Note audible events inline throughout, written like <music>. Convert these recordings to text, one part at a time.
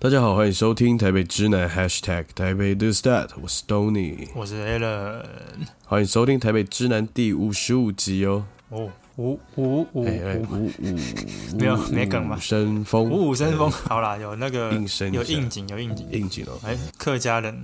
大家好，欢迎收听台北之南 #hashtag 台北 do stat，我是 Tony，我是 Alan。欢迎收听台北之南第五十五集哦。哦，五五五哎哎，五五五没有没梗吧生风，五五生风，好啦，有那个哎应声一下有应景，有应景。应景哦。哎，客家人，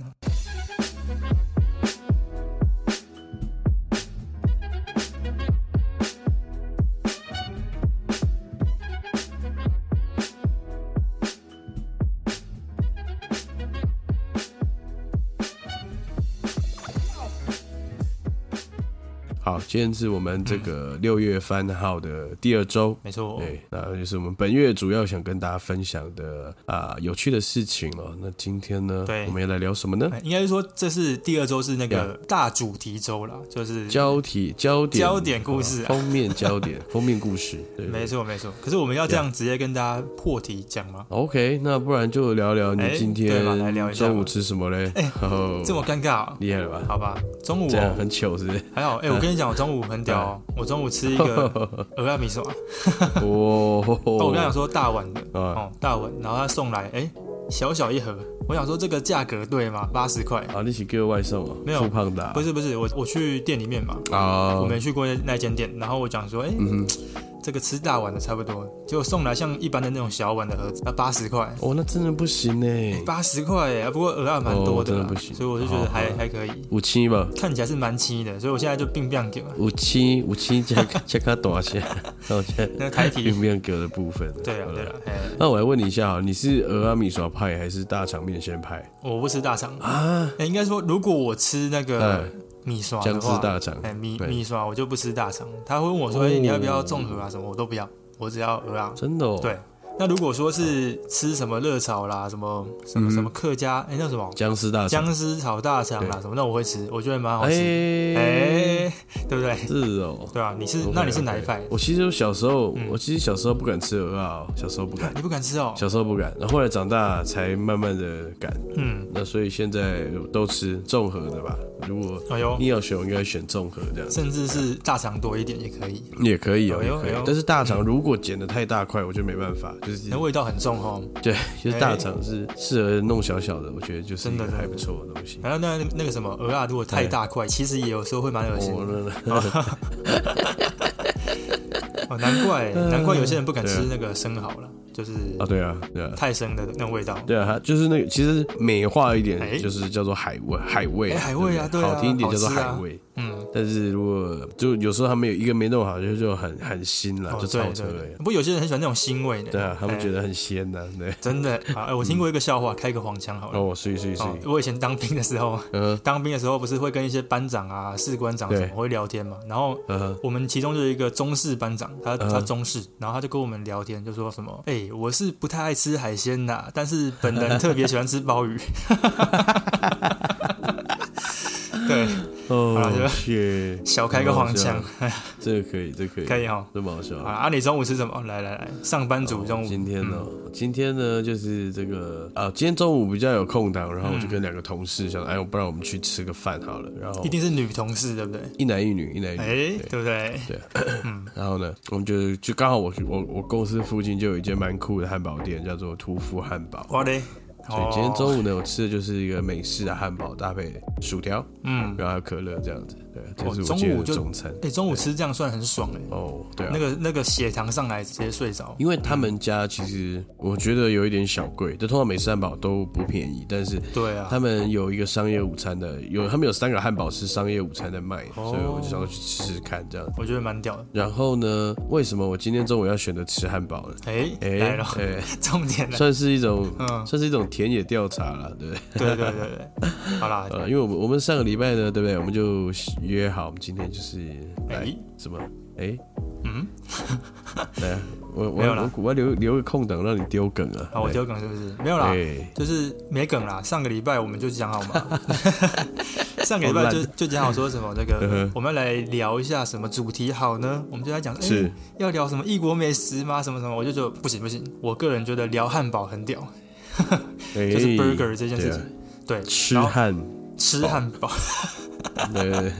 好，今天是我们这个嗯六月番号的第二周。没错，对，那就是我们本月主要想跟大家分享的啊、有趣的事情哦。那今天呢对，我们要来聊什么呢？哎应该是说这是第二周是那个大主题周啦，就是焦体焦点焦点故事啊啊封面焦点封面故事，对没错没错。可是我们要这样直接跟大家破题讲吗？ OK，那不然就聊聊你哎今对嘛来聊天一下嘛哎中午吃什么嘞？哦，这么尴尬哦，厉害了吧？好吧？中午这样嗯哦很糗是不 <laughs> 是？还好，哎，我跟你讲，我中午很屌哦，我中午吃 <laughs> 一个鹅肝米索，哦哇！我刚想说大碗的哦啊哦，大碗，然后他送来，哎，小小一盒，我想说这个价格对吗？八十块。啊！你是给我外送哦，没有富胖达不是不是，我我去店里面嘛，啊我没去过那间店，然后我讲说，哎、嗯哼这个吃大碗的差不多，结果送来像一般的那种小碗的盒子，要八十块，哦，那真的不行呢，八十块耶，啊不过额外蛮多哦真啦的不行所以我就觉得还好好啊还可以，五七吧，看起来是蛮轻的，所以我现在就并不想啊给了。五七五七 <laughs> 加加卡多 <laughs> 些，那我现在那个台平体，面格的部分。对啊好对了啊，哎，那我来问你一下啊，你是俄阿米耍派还是大肠面线派我不吃大肠，啊？哎，应该说如果我吃那个哎米刷姜的汁话，大肠哎，米对米刷我就不吃大肠，他会问我说，哦哎、你要不要综合啊什么，我都不要，我只要鹅啊。真的哦，对，那如果说是吃什么热炒啦，什么什么嗯什么客家，哎、那什么姜丝大肠，姜丝炒大肠啦，对什么那我会吃，我觉得蛮好哎吃，哎、对不对？是哦。对啊，你是 OK，那你是哪 OK 一派？我其实我小时候，嗯我其实小时候不敢吃鹅啊、哦，小时候不敢，你不敢吃哦，小时候不敢，然后后来长大才慢慢的敢。嗯，那所以现在都吃综合的吧。如果哎呦，硬要选，我应该选综合这样子，甚至是大肠多一点也可以，也可以哦，哎也呦可以哎呦。但是大肠如果剪的太大块，我就没办法，就是那味道很重哦。对，就是大肠是适合弄小小的，我觉得就是一哎真的个真的还不错的东西。然后那那个什么鹅啊，如果太大块，其实也有时候会蛮恶心哦我的呢，哦，难怪难怪有些人不敢对啊吃那个生蚝了，就是 <laughs> 啊，对啊，对啊。太生的那种味道。对啊，它就是那个，其实美化一点哎就是叫做海味，海味，哎海味啊对不对啊好听一点叫做好吃海啊味，嗯，但是如果就有时候他们有一个没弄好，就就很很腥啦，哦啊就对超车对了对，呀。不过有些人很喜欢那种腥味呢。对啊，他们哎觉得很鲜呐，对。真的嗯啊！哎，我听过一个笑话，开个黄腔好了。哦，所以所以所哦以，，我以前当兵的时候，嗯当兵的时候不是会跟一些班长啊、士官长对什么会聊天嘛？然后嗯，我们其中就有一个中式班长，他嗯他中式，然后他就跟我们聊天，就说什么：“哎、我是不太爱吃海鲜呐，但是本人特别喜欢吃鲍 <laughs> 鱼。”对，好哦了，谢，小开个黄腔，这个可以，这个可以，可以哦。这蛮好笑好嗯的。啦啊，你中午吃什么？来来来，上班族中午、哦今天呢，今天呢就是这个啊，今天中午比较有空档，然后我就跟两个同事嗯想，哎，不然我们去吃个饭好了。然后一定是女同事，对不对？一男一女，一男一哎、女，对不对？然后呢，我们就就刚好我我我公司附近就有一间蛮酷的汉堡店，叫做屠夫汉堡。我嘞，所以哦今天中午呢，我吃的就是一个美式的汉堡，搭配薯条，嗯，然后还有可乐这样子。对，这哦是我中今天午的就中餐。哎、中午吃这样算很爽哎、哦，对啊那，个那个血糖上来直接睡着，因为他们家其实我觉得有一点小贵，但通常美式汉堡都不便宜，但是。对啊，他们有一个商业午餐的，有他们有三个汉堡是商业午餐在卖，所以我就想要去吃吃看这样。我觉得蛮屌的。然后呢，为什么我今天中午要选择吃汉堡呢？哎、哎来了，哎， <laughs> 重点了，算是一种，嗯算是一种田野调查了，对不对？对对对对，好啦，呃，因为我们我们上个礼拜呢，对不对？我们就约好，我们今天就是 <laughs> 来、哎什么？哎，嗯， <laughs> 来，我我没有啦我我要留留个空档让你丢梗啊！好，我来丢梗是不是？没有啦，哎，就是没梗啦。上个礼拜我们就讲好 <laughs> 嘛，上个礼拜好就烂就讲好说什么这个嗯哼，我们来聊一下什么主题好呢？我们就来讲，哎是要聊什么异国美食吗？什么什么？我就觉得不行不行，我个人觉得聊汉堡很屌，哎就是 burger 这件事对啊情，对，痴然后汉吃汉堡。对对对，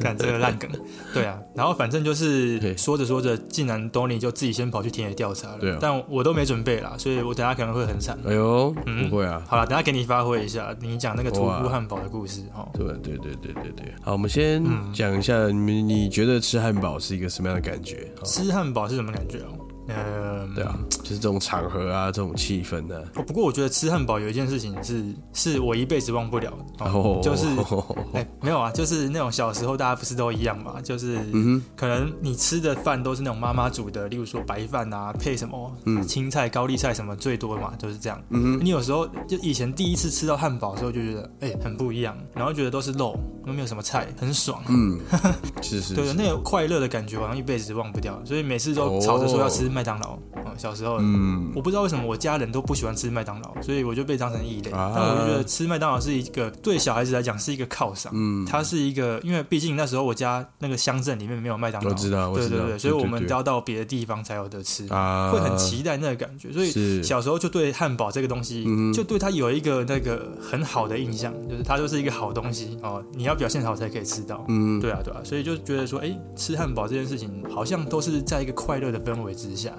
看这个烂梗，对啊，然后反正就是对说着说着，竟然 Donny 就自己先跑去田野调查了，对啊但我都没准备啦，所以我等下可能会很惨。哎呦，嗯不会啊。好了，等下给你发挥一下，你讲那个屠夫哇汉堡的故事哦。对对对对对对，好，我们先嗯讲一下你们，你觉得吃汉堡是一个什么样的感觉？哦吃汉堡是什么感觉哦？呃，对啊，就是这种场合啊，这种气氛啊，哦。不过我觉得吃汉堡有一件事情是是我一辈子忘不了的，然哦后就是 <laughs> 哎、没有啊，就是那种小时候大家不是都一样嘛，就是嗯可能你吃的饭都是那种妈妈煮的，例如说白饭啊，配什么青菜、高丽菜什么最多嘛，就是这样。嗯你有时候就以前第一次吃到汉堡的时候就觉得，哎、很不一样，然后觉得都是肉，没有什么菜，很爽。嗯，是是对的，是，那个快乐的感觉好像一辈子忘不掉，所以每次都哦吵着说要吃麦当劳。嗯，小时候，嗯我不知道为什么我家人都不喜欢吃麦当劳，所以我就被当成异类。啊但我就觉得吃麦当劳是一个对小孩子来讲是一个犒赏，嗯，它是一个，因为毕竟那时候我家那个乡镇里面没有麦当劳，我知道，我对知对道，对，所以我们都要到别的地方才有得吃，啊，会很期待那个感觉，所以。是嗯小时候就对汉堡这个东西，就对它有一个那个很好的印象，就是它就是一个好东西哦，你要表现好才可以吃到。嗯，对啊，对啊，所以就觉得说，哎，吃汉堡这件事情好像都是在一个快乐的氛围之下，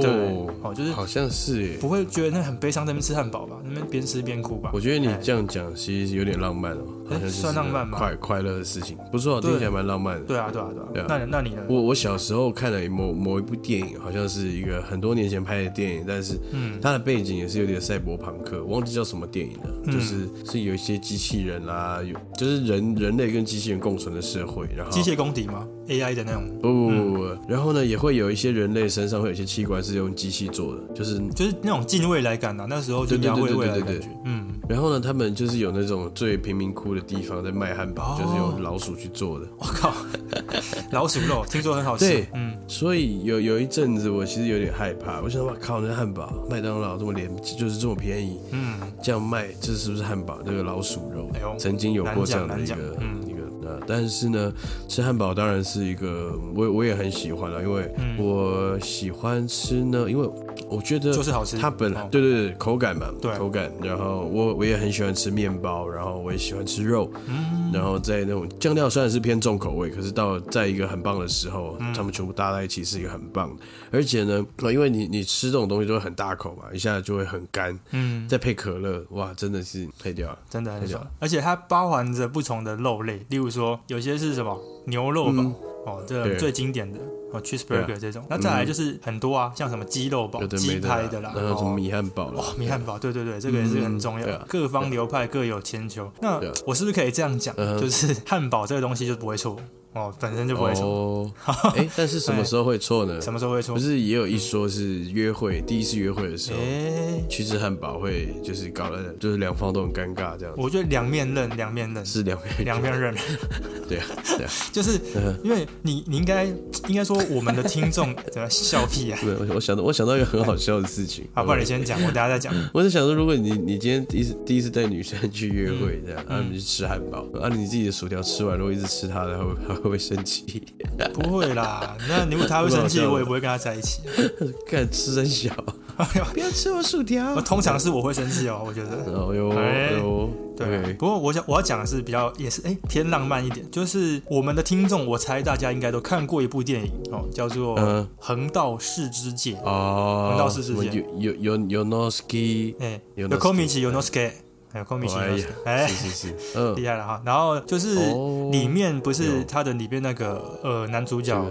对哦，，哦，就是好像是耶。不会觉得那很悲伤，在那边吃汉堡吧，那边边吃边哭吧。我觉得你这样讲其实有点浪漫哦，好像就是哎算浪漫吧快快乐的事情，不错，对听起来蛮浪漫的。对啊，对啊，对啊。对啊那你那你呢？我我小时候看了某某一部电影，好像是一个很多年前拍的电影，但是嗯，它的背景也是有点赛博朋克，忘记叫什么电影了，嗯就是是有一些机器人啦、有就是人人类跟机器人共存的社会，然后机械嗯公敌吗？AI 的那种，不不不不不，然后呢也会有一些人类身上会有一些器官是用机器做的，就是就是那种近未来感啊，那时候就对对描绘对对未来的对感对觉。嗯，然后呢，他们就是有那种最贫民窟的地方在卖汉堡，哦就是用老鼠去做的。我靠，老鼠肉听说很好吃对。嗯，所以有有一阵子，我其实有点害怕，我想哇靠，那汉堡麦当劳这么廉，就是这么便宜，嗯，这样卖，这是不是汉堡？这个老鼠肉哎呦，曾经有过这样的一难个讲难讲嗯一个呃，但是呢，吃汉堡当然是一个，我我也很喜欢啊了，因为嗯我喜欢吃呢，因为我觉得就是好吃。它本来哦对对对口感嘛，对口感。然后我我也很喜欢吃面包，然后我也喜欢吃肉，嗯然后在那种酱料虽然是偏重口味，可是到在一个很棒的时候，嗯他们全部搭在一起是一个很棒的。而且呢，呃因为你你吃这种东西就会很大口嘛，一下就会很干，嗯，再配可乐，哇，真的是配掉了。真的很对爽，而且它包含着不同的肉类，例如说有些是什么牛肉堡、哦，这嗯对最经典的对哦啊嗯，cheeseburger 这种。那再来就是很多啊，像什么鸡肉堡、有的鸡没排的啦，然后什么哦米汉堡了哦，，米汉堡，对对对，这个也是很重要对啊。各方流派各有千秋。那对啊我是不是可以这样讲，嗯哼就是汉堡这个东西就不会错哦，本身就不会错， <laughs> 哦，哎，但是什么时候会错呢？什么时候会错不？是也有一说是约会，第一次约会的时候，哎，去吃汉堡会就是搞得就是两方都很尴尬这样子，我觉得两面刃，两面刃，是两边两面刃。对啊对啊，就是嗯因为你你应该应该说我们的听 <laughs> 众怎么笑屁啊？没有我我想到我想到一个很好笑的事情，好，啊不然你先讲，我等下再讲。我是想说，如果你你今天第一次第一次带女生去约嗯会这样，然后你去吃汉堡，啊你自己的薯条吃完，如果一直吃它的，她会她会不会生气？不会啦，那如果他会生气，蛮好笑的我也不会跟他在一起。看吃真小，不要吃我薯条我。 <laughs> 通常是我会生气哦，我觉得。哦哟哎哎呦，对啊 OK 不过我想我要讲的是比较也是哎偏浪漫一点，就是我们的听众，我猜大家应该都看过一部电影哦，叫做《嗯横道世之介》。哦，横道世之间有有有有 <laughs> Noski，哎 y o Yonosuke k o m i c h i y o n o s u k e 哎 y o k o m i c h i y o 哎 n o 呀 s u k e 哎，是是是，嗯，厉害了哈。然后就是哦里面不是有他的里面那个呃男主角，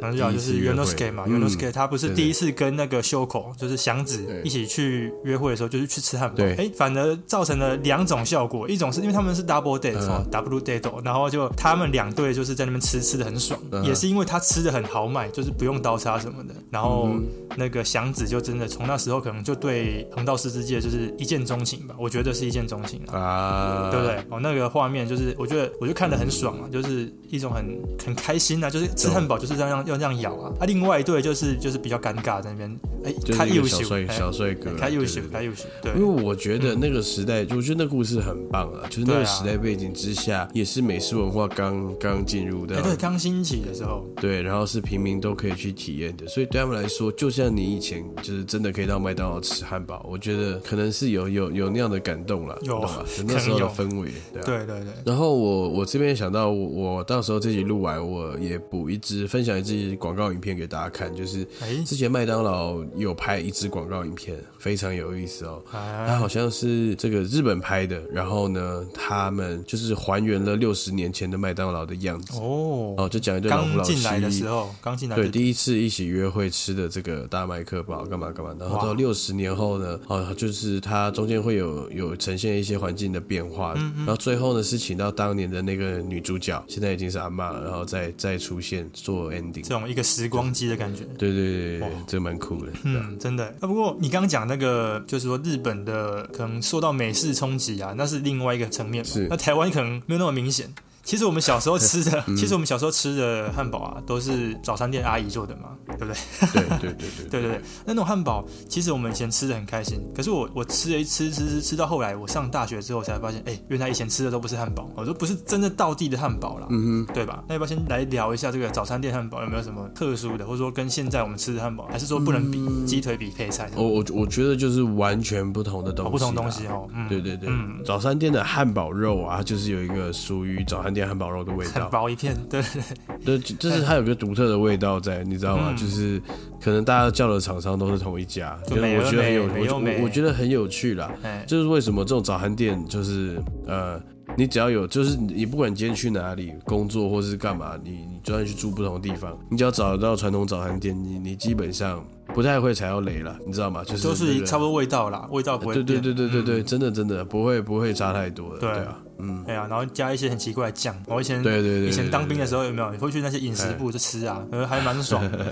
男主角就是第一次约会 Yonosuke 嘛嗯，Yonosuke 他不是对第一次跟那个修口就是祥子对一起去约会的时候，就是去吃汉堡，对哎，反而造成了两种效果，一种是因为他们是 double date 嗯哦，double date，哦然后就他们两队就是在那边吃吃的很爽，嗯也是因为他吃的很豪迈，就是不用刀叉什么的，然后嗯那个祥子就真的从那时候可能就对横道世之介就是一见钟情吧，我觉得是一见钟情啊。啊，对不对？哦，那个画面就是，我觉得我就看得很爽啊，就是一种很很开心啊，就是吃汉堡就是这样要这样咬啊。啊，另外一对就是就是比较尴尬在那边，哎，就是开一优个秀小，帅哎小帅哥哎啊，开优对秀对，对开优秀，对因为，我觉得那个时代，我觉得那故事很棒啊，就是那对啊个时代背景之下，也是美式文化刚刚进入哎，的，啊对，刚兴起的时候，对，然后是平民都可以去体验的，所以对他们来说，就像你以前就是真的可以到麦当劳吃汉堡，我觉得可能是有有有那样的感动了，有你懂吧？就可那能时候的有氛围，对啊。对对对，然后我我这边想到我，我到时候这集录完，我也补一支分享一支广告影片给大家看，就是哎之前麦当劳有拍一支广告影片，非常有意思哦。它哎，好像是这个日本拍的，然后呢，他们就是还原了六十年前的麦当劳的样子哦，哦，就讲一对老夫刚老进来的妻时，候，刚进来对，的第一次一起约会吃的这个大麦克堡，干嘛干嘛，然后哇到六十年后呢，哦，就是它中间会有有呈现一些环境的变化，嗯然后最后呢是请到当年的那个女主角，现在已经是阿嬷了，然后再再出现做 ending，这种一个时光机的感觉。对对对对，这蛮酷的，对啊嗯，真的。啊、不过你刚刚讲那个，就是说日本的可能受到美式冲击啊，那是另外一个层面嘛。是那台湾可能没有那么明显。其实我们小时候吃 <laughs> 嗯的，其实我们小时候吃的汉堡啊，都是早餐店阿姨做的嘛，对不对？对对对对 <laughs> 对对对，那种汉堡，其实我们以前吃的很开心，可是我我吃了一吃吃吃吃到后来，我上大学之后才发现，哎、原来以前吃的都不是汉堡，我说不是真的道地的汉堡啦，嗯哼，对吧？那要不要先来聊一下这个早餐店汉堡有没有什么特殊的，或者说跟现在我们吃的汉堡，还是说不能比嗯鸡腿比配菜？我我我觉得就是完全不同的东西、哦不同东西。哦，嗯，啊对对对，嗯早餐店的汉堡肉啊，它就是有一个属于早餐店汉堡肉的味很 <laughs> 道，薄一片，对对对对，就就是它有个独特的味道在，你知道吗？嗯就是可能大家叫的厂商都是同一家，就就是美而我觉得很有，美美又我美我我觉得很有趣啦。哎，就是为什么这种早餐店就是呃，你只要有，就是你不管你今天去哪里工作或是干嘛，你你就算去住不同的地方，你只要找得到传统早餐店，你你基本上不太会踩到雷了，你知道吗？就是都那是个差不多味道啦，味道不会对对变对对对对，真的真的不会不会差太多的，嗯对对啊，嗯，哎呀，然后加一些很奇怪的酱。我以前对对对哎以前当兵的时时候有没有会去那些饮食部就吃啊，呃还蛮爽 <laughs> 的。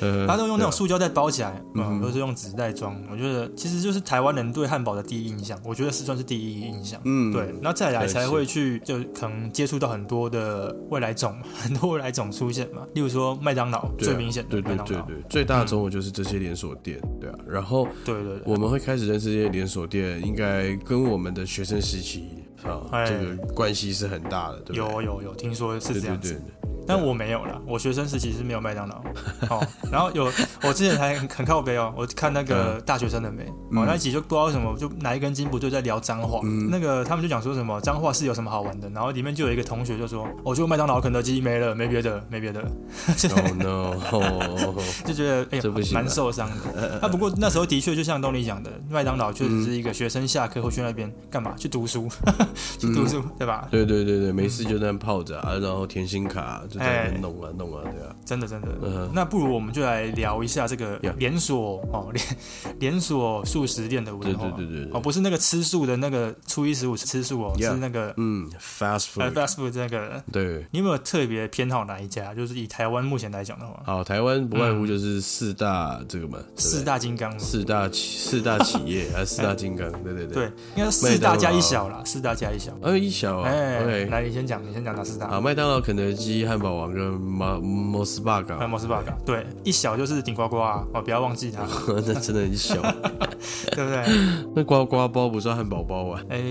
<laughs> 他都用那种塑胶袋包起来，嗯，都是用纸袋装。我觉得其实就是台湾人对汉堡的第一印象，我觉得是算是第一印象。嗯对，然后再来对才是会去就可能接触到很多的未来种 <laughs> 嘛，很多未来种出现嘛，例如说麦当劳最明显的对麦对当对劳，对，最大宗的就是这些连锁店，对啊，然后对对对，我们会开始认识这些连锁店，应该跟我们的学生时期哎啊这个关系是很大的，对不对？有有有，听说是对这对样子对。，啊但我没有啦，我学生时期是没有麦当劳。 <laughs> 哦，然后有我之前还很很靠背哦，我看那嗯个大学生的美，哦那一集就不知道为什么，就哪一根筋不对，在聊脏话。嗯那个他们就讲说什么脏话是有什么好玩的，然后里面就有一个同学就说，哦，就麦当劳、肯德基没了，没别的，没别的了， Oh no！ <laughs> 就觉得哎呀这不行啊蛮受伤 <laughs> 的。啊，不过那时候的确就像东尼讲的，麦当劳确实是一个学生下课会去那边干嘛？去读书， <laughs> 去读嗯书，对吧？对对对对，没事就在那泡着啊，然后甜心卡啊就在那哎边弄啊弄啊，对啊，真的真的。嗯那不如我们就来聊一下这个 Yeah 连锁哦， <laughs> 连连锁素食店的文对化。对对对哦，对，不是那个吃素的那个初一十五吃素哦 Yeah 是那个嗯，fast 呃 food， fast food 那个。对，你有没有特别偏好哪一家？就是以台湾目前来讲的话，好，台湾不外乎就是四大这个嘛，对不对嗯四大金刚嘛。四大企四大企业啊，四大金刚，对对对对，，应该是四大加一小啦，四大加一小。啊，一小啊哎、 ，OK，来，你先讲，你先讲哪四大？啊，麦当劳、肯德基、汉堡王嗯跟摩摩斯巴啊，嘎，摩斯巴嘎，对，一小就是顶呱呱啊，哦，不要忘记 <laughs> 它，那真的很小，对不对？那呱呱包不算汉堡包啊，哎、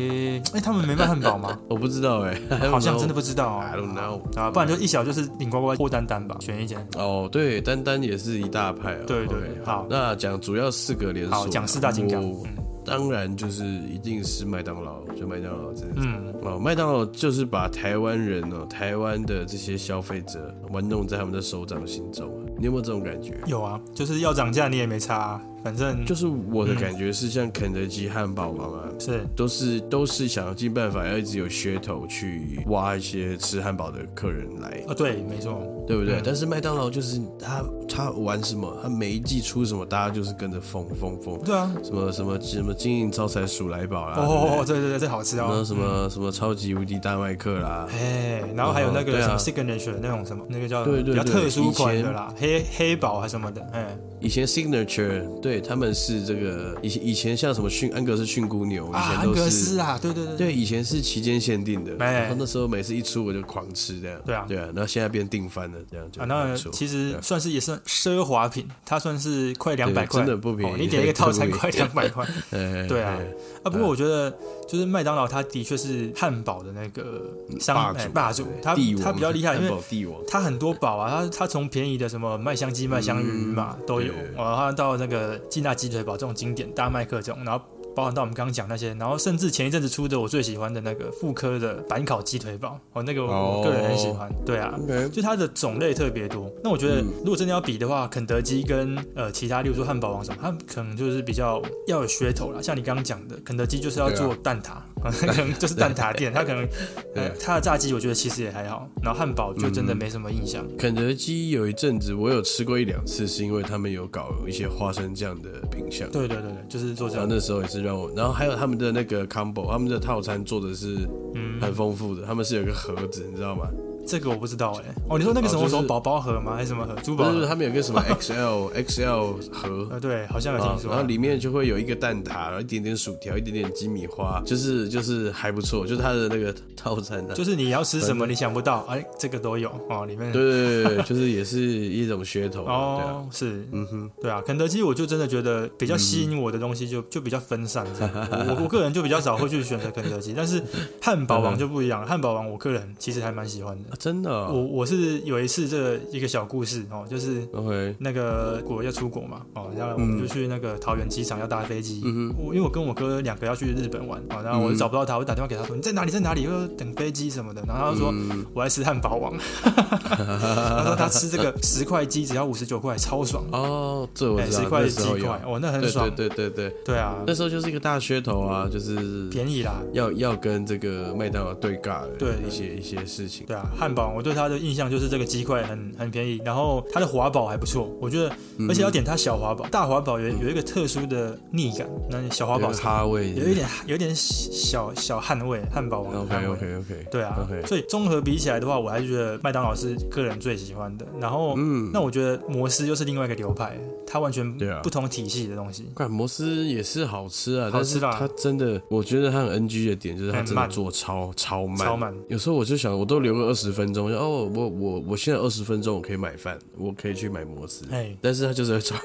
哎、他们没卖汉堡吗？我不知道哎，好像真的不知道、哦。 <laughs> I don't know 啊，不然就一小就是顶呱呱或丹丹吧，选一间。哦，对，丹丹也是一大派哦。对对 OK，对好那讲主要四个连锁，好，讲四大金刚。我当然就是一定是麦当劳，就麦当劳这。嗯，哦，麦当劳就是把台湾人哦，台湾的这些消费者玩弄在他们的手掌心中啊，你有没有这种感觉？有啊，就是要涨价你也没差、啊，反正就是我的感觉是，像肯德基、汉堡王啊，是都是都是想要尽办法要一直有噱头去挖一些吃汉堡的客人来。啊，对，没错，对不对？嗯但是麦当劳就是他他玩什么，他每一季出什么，大家就是跟着疯疯疯，对啊。什么什么什么金银招财鼠来宝啦，哦，对对对，这好吃对不对然后哦。什么什么超级无敌大麦克啦，哎，然后还有那个对什么啊 signature 那种什么，那个叫对对比较对特殊以前款的啦，黑黑宝还什么的，哎，以前 signature 对他们是这个以前以前像什么驯安格斯驯姑牛，以啊，前安都格是。斯啊，对对对，对，以前是期间限定的，哎然后那时候每次一出我就狂吃这样，对啊对啊，然后现在变定番了，这样就啊，那不错其实对算是也算奢华品，它算是快两百对块，真的不便宜哦你 <laughs> 点一个套餐真的不快两百块，哎对啊哎啊，不过我觉得就是麦当劳，它的确是汉堡的那个商霸哎主霸主对，它帝王它比较厉害，因汉为堡帝王，它很多堡啊，它它从便宜的什么麦香鸡、麦香鱼嘛都有，嗯哦对然后到那个劲辣鸡腿堡这种经典大麦克这种，然后。包含到我们刚刚讲那些，然后甚至前一阵子出的我最喜欢的那个妇科的板烤鸡腿堡，哦，那个我我个人很喜哦欢，对啊， OK，就它的种类特别多。那我觉得，如果真的要比的话，肯德基跟呃其他，例如说汉堡王什么，它可能就是比较要有噱头啦。像你刚刚讲的，肯德基就是要做蛋挞， <laughs> 可能就是蛋挞 <laughs> 店，它可能呃对它的炸鸡我觉得其实也还好，然后汉堡就真的没什么印象。肯德基有一阵子我有吃过一两次，是因为他们有搞一些花生酱的品相。对对对对，就是做这然后样。那时候也是让我，然后还有他们的那个 combo，他们的套餐做的是嗯很丰富的，他们是有一个盒子，你知道吗？这个我不知道哎、哦，你说那个什哦么就是什么宝宝盒吗？还是什么盒？珠不宝是，不盒是？他们有一个什么 <laughs> XL XL 盒呃，对，好像有啊听，说。然后里面就会有一个蛋挞，然后一点点薯条，一点点鸡米花，就是就是还不错，就是它的那个套餐 <laughs> 啊。就是你要吃什么，你想不到，哎，这个都有哦，里面对对对对，就是也是一种噱头啊，对啊。哦，是，嗯哼，对啊，肯德基我就真的觉得比较吸引我的东西就就比较分散这样，我我个人就比较少会去选择肯德基，但是汉堡王就不一样，汉堡王我个人其实还蛮喜欢的啊，真的我哦、我是有一次这个一个小故事哦，就是。 OK，那个我要出国嘛，哦，然后我嗯们就去那个桃园机场要搭飞机。我因为我跟我哥两个要去日本玩，哦，嗯然后我就找不到他，我打电话给他说你在哪里，在哪里，我说等飞机什么的。然后他就说、嗯我在吃汉堡王， <laughs> 他说他吃这个十块鸡只要五十九块，超爽。哦，这我哎，知十道，块那鸡时候有，块，哦，那很对爽对，对对对，对啊，那时候就是一个大噱头啊，就是便宜啦，要要跟这个麦当劳对尬对的对一些一些事情。对啊，汉堡，我对它的印象就是这个鸡块很很便宜，然后它的华堡还不错，我觉得，嗯而且要点它小华堡，大华堡有有一个特殊的腻感，那小华有堡个哈味有一点有一点小小汉味，汉堡王的汉，OK 味。 OK OK，对啊 OK 所以综合比起来的话，我还是觉得麦当劳是个人最喜欢的。然后，嗯那我觉得摩斯又是另外一个流派，它完全对啊不同体系的东西。干摩斯也是好吃啊，好吃但啦是它真的，我觉得它很 NG 的点就是它很真的慢做超超慢，超慢有时候我就想，我都留个二十分钟，就哦，我我我现在二十分钟我可以买饭，我可以去买摩斯，哎，但是它就是会超超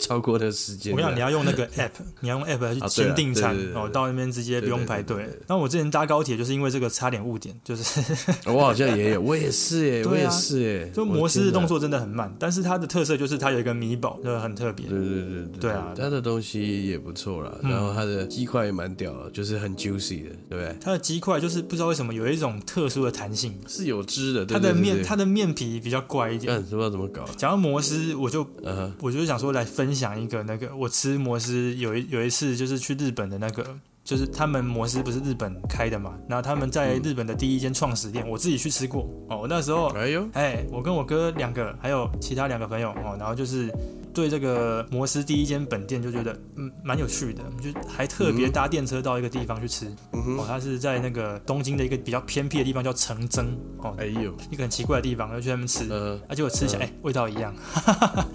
超 <laughs> 过那个时间我的。跟你讲，你要用 <laughs> 那个 app，你要用 app 来去啊对啊先订餐对对，对哦，到那边直接不用排队对对对。那我之前搭高铁就是因为这个差点误点，就是 <laughs> 啊我好像也有，我也是耶，对啊我也是耶，就我的模式天的哪动，作真的很慢，但是它的特色就是它有一个米宝，就是很特别。对对对对对啊嗯它的东西也不错啦，然后它的鸡块也蛮屌的，就是很 juicy 的，对不对？它的鸡块就是不知道为什么有一种特殊的弹性，是有汁的，对它对的对嗯面对它的面皮比较怪一点。干不知道怎么搞，讲到摩斯，我就嗯哼。我就是想说来分享一个那个我吃摩斯有一有一次就是去日本的那个，就是他们摩斯不是日本开的嘛，然后他们在嗯日本的第一间创始店，我自己去吃过哦，我那时候哎呦，哎，我跟我哥两个，还有其他两个朋友哦，然后就是对这个摩斯第一间本店就觉得嗯蛮有趣的，就还特嗯别搭电车到一个地方去吃、哦，它是在那个东京的一个比较偏僻的地方叫成曾哦，哎呦，一个很奇怪的地方，就去那边吃，呃，啊而且我吃起来、哎味道一样，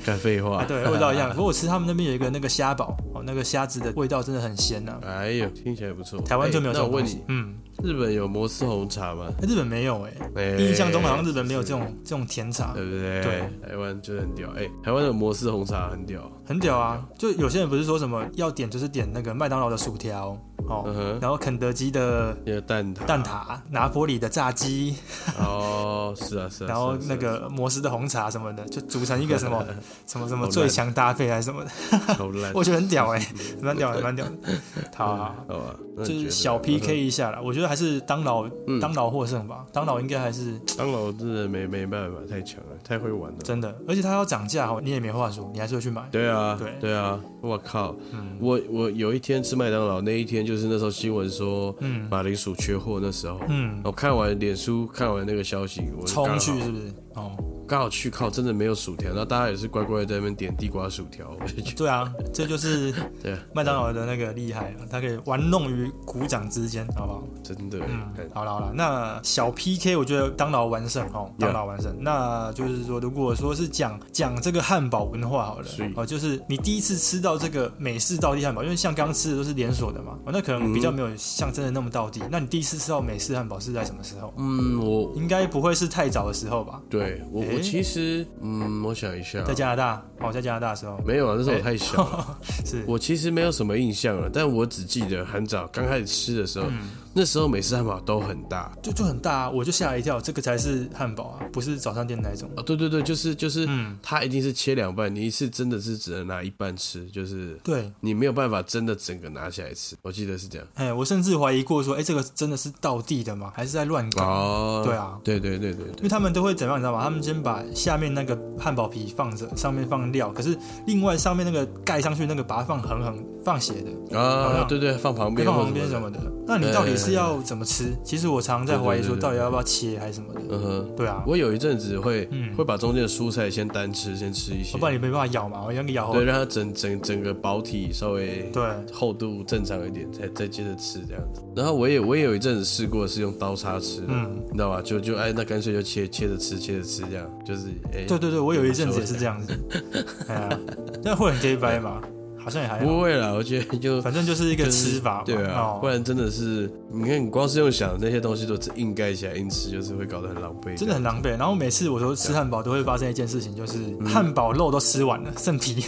干废啊话， <laughs> 对，味道一样。不过我吃他们那边有一个那个虾堡哦，那个虾子的味道真的很鲜呐、啊哎呦，听起来不错。台湾就没有哎这那我种问东西你，，嗯，日本有摩斯红茶吗？哎日本没有哎、哎呃印象中好像日本没有这种这种甜茶，对不对？对台湾就很屌。哎，台湾的摩斯红茶很屌。很屌啊！就有些人不是说什么要点就是点那个麦当劳的薯条嗯哦，哼，然后肯德基的那个蛋 <laughs> 挞，蛋挞、啊拿坡里的炸鸡，哦，是啊，是啊。然后是啊那个摩斯的红茶什么的，就组成一个 <laughs> 什么什么什么最强搭配还是什么的，是啊超烂， <laughs> 我觉得很屌哎、蛮屌的，蛮屌的。 <laughs> 好好，好好吧，那你觉就是得嗯小 PK 一下啦，我觉得还是当劳当劳获胜吧，当劳应该还是当老真的没没办法，太强了，太会玩了。真的，而且它要涨价哦，你也没话说，你还是会去买。对啊，对嗯对啊，我靠！我我有一天吃麦当劳，那一天就是那时候新闻说嗯马铃薯缺货，那时候，嗯，我看完脸书，看完那个消息，我就刚冲好去是不是？哦，刚好去靠，真的没有薯条，然后大家也是乖乖在那边点地瓜薯条， <laughs> 我就觉对啊，这就是得对啊麦当劳的那个厉害啊，它可以玩弄于鼓掌之间，好不好？真的，嗯，好了好了，那小 PK 我觉得当劳完胜哦，当劳完胜。那就是说，如果说是讲讲这个汉堡文化好了是，哦，就是你第一次吃到这个美式道地汉堡，因为像刚吃的都是连锁的嘛，哦，那可能比较没有像真的那么道地。那你第一次吃到美式汉堡是在什么时候？嗯，我应该不会是太早的时候吧？对对我我诶其实嗯，我想一下，在加拿大，哦，在加拿大的时候， <laughs> 没有啊，那时候我太小了，是我其实没有什么印象了，但我只记得很早刚开始吃的时候，嗯那时候美式汉堡都很大就就很大、啊，我就吓了一跳，这个才是汉堡啊，不是早餐店那一种。哦，对对对，就是就是，嗯它一定是切两半，你一次真的是只能拿一半吃，就是对，你没有办法真的整个拿起来吃，我记得是这样。哎，我甚至怀疑过说，哎，这个真的是道地的吗？还是在乱搞？哦，对啊，对对对对因对，为他们都会怎么样，你知道吗？他们先把下面那个汉堡皮放着，上面放料，可是另外上面那个盖上去那个，把它放横横放斜的，啊，对对，放旁没边，放旁边什，么的。那你到底是要怎么吃？其实我常在怀疑对对说，对对到底要不要切还是什么的？嗯哼，对啊，我有一阵子会嗯会把中间的蔬菜先单吃，先吃一些我，不然你没办法咬嘛，我让你咬后对，。让它整整整个包体稍微对，厚度正常一点，再再接着吃这样子。然后我也我也有一阵子试过是用刀叉吃的，嗯你知道吧？就就哎，那干脆就切切着吃，切着吃这样，就是哎，对对对，我有一阵子也是这样子。 <laughs> 哎呀，那会很 gay 掰嘛？好像也还好，不会啦，我觉得就反正就是一个吃法嘛。对啊，不哦，然真的是，你看你光是用想那些东西都硬盖起来硬吃，就是会搞得很狼狈。真的很狼狈。然后每次我说吃汉堡，都会发生一件事情，就是嗯汉堡肉都吃完了，剩皮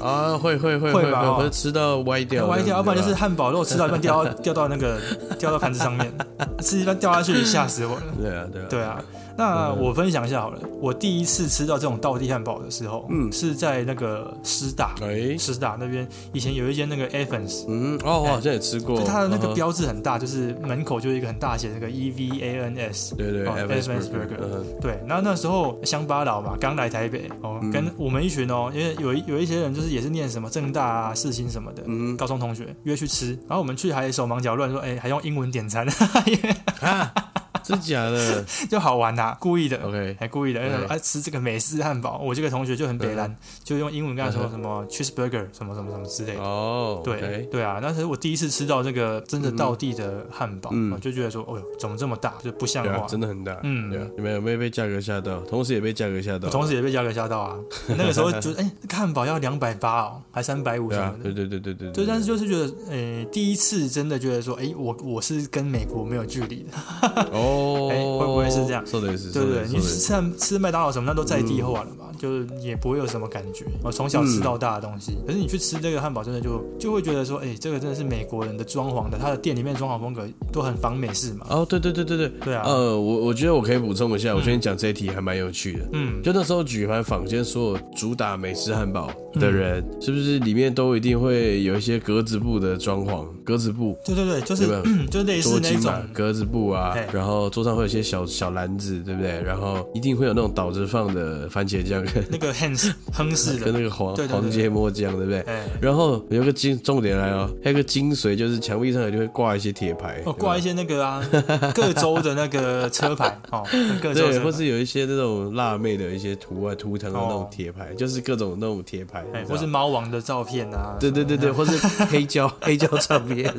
啊，会会会会会，吧哦会会吃到歪掉，歪掉，要不然就是对啊吧汉堡肉吃到一半掉到掉到那个掉到盘子上面， <laughs> 吃一半掉下去，吓死我了。对啊对啊对啊，那我分享一下好了。我第一次吃到这种道地汉堡的时候，嗯，是在那个师大，哎，师大那边以前有一间那个 Evans，嗯，哦，我好像也吃过就，它的那个嗯，标志很大，就是门口就是一个很大写那个 E V A N S。对对哦 Evans Evans Burger， Burger 嗯哼对，然后那时候乡巴佬嘛，刚来台北哦，嗯跟我们一群哦，因为有一有一些人就是也是念什么正大啊、世新什么的，嗯高中同学约去吃，然后我们去还手忙脚乱说，哎，还用英文点餐， <laughs> 因为啊， <laughs> 真假的 <laughs> 就好玩呐、故意的。 ？OK，还故意的，因为哦对啊吃这个美式汉堡，我这个同学就很北蓝，就用英文跟他说什么 cheeseburger 什么什么什么之类的。嗯哦，对 OK 对啊，那是我第一次吃到这个真的道地的汉堡，嗯我就觉得说，哦呦，怎么这么大，就不像对啊，话。真的很大。嗯对啊，你们有没有被价格吓到？同时也被价格吓我到。同时也被价格吓 <laughs> 到啊，那个时候觉得，哎，这个汉堡要两百八哦，还三百五对什啊么，的对。对对对对。对，但是是就是觉得，诶、第一次真的觉得说，诶，我我是跟美国没有距离的，哦，哎会不会是这样说的也是，对不说对？得也你是说吃汉吃麦当劳什么，那都在地化了嘛，就是也不会有什么感觉。我从小嗯吃到大的东西，可是你去吃这个汉堡，真的就就会觉得说，诶，哎这个真的是美国人的装潢的，他的店里面装潢风格都很仿美式嘛得。哦，对对对对对。对啊，呃，我我觉得我可以补充一下，我觉得你讲这一题还蛮有趣的。嗯，就那时候举凡坊间所有主打美式汉堡的人，是不是里面都一定会有一些格子布的装潢？格子布对对对，就有没是有嗯就类似桌那巾种嘛，格子布啊嘿，然后桌上会有一些小小篮子，对不对？然后一定会有那种倒着放的番茄酱跟那个 Hans 亨氏跟的，那个黄对对对黄芥末酱，对不对？哎，然后有个精重点来哦，还有个精髓就是墙壁上有就会挂一些铁牌，哦，挂一些些那个啊，各州的那个车牌哦，各州对，的或车牌。是有一些那种辣妹的一些图案图腾的那种哦铁牌，就是各种那种铁牌，你哎，知道或是猫王的照片啊，对对对 <laughs> 对，或是黑胶黑胶唱片